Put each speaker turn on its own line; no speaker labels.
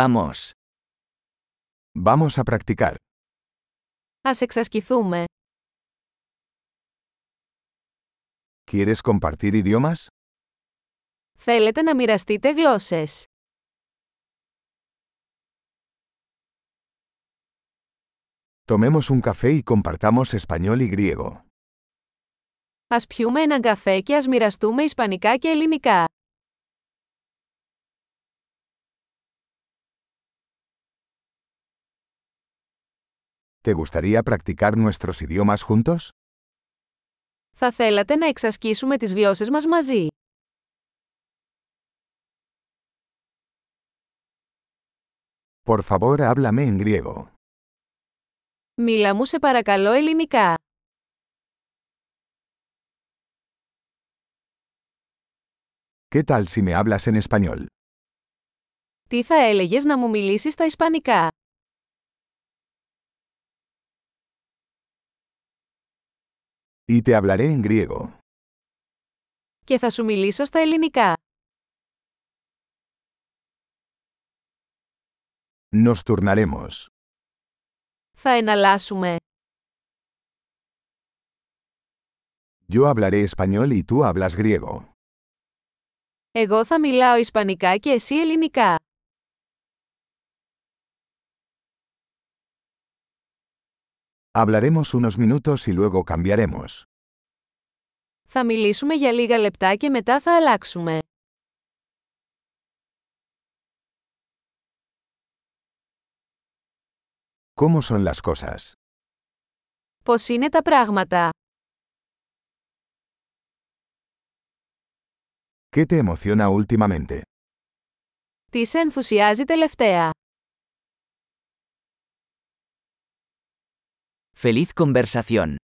Vamos.
Vamos a practicar.
Ας εξασκηθούμε.
¿Quieres compartir idiomas?
Θέλετε να μοιραστείτε γλώσσες.
Tomemos un café y compartamos español y griego.
Ας πιούμε έναν καφέ και ας μοιραστούμε ισπανικά και ελληνικά.
¿Te gustaría practicar nuestros idiomas juntos?
Θα θέλατε να εξασκήσουμε τις γλώσσες μας μαζί.
Por favor, háblame en griego.
Μίλα μου σε παρακαλώ ελληνικά.
¿Qué tal si me hablas en español?
Τι θα έλεγες να μου μιλήσεις στα ισπανικά.
Y te hablaré en griego.
Και θα σου μιλήσω στα ελληνικά.
Nos turnaremos.
Θα εναλλάσσουμε.
Yo hablaré español y tú hablas griego.
Εγώ θα μιλάω ισπανικά και εσύ ελληνικά.
Hablaremos unos minutos y luego cambiaremos.
Θα μιλήσουμε για λίγα λεπτά και μετά θα αλλάξουμε.
¿Cómo son las cosas?
Πώς είναι τα πράγματα.
¿Qué te emociona últimamente?
Τι σε ενθουσιάζει τελευταία.
Feliz conversación.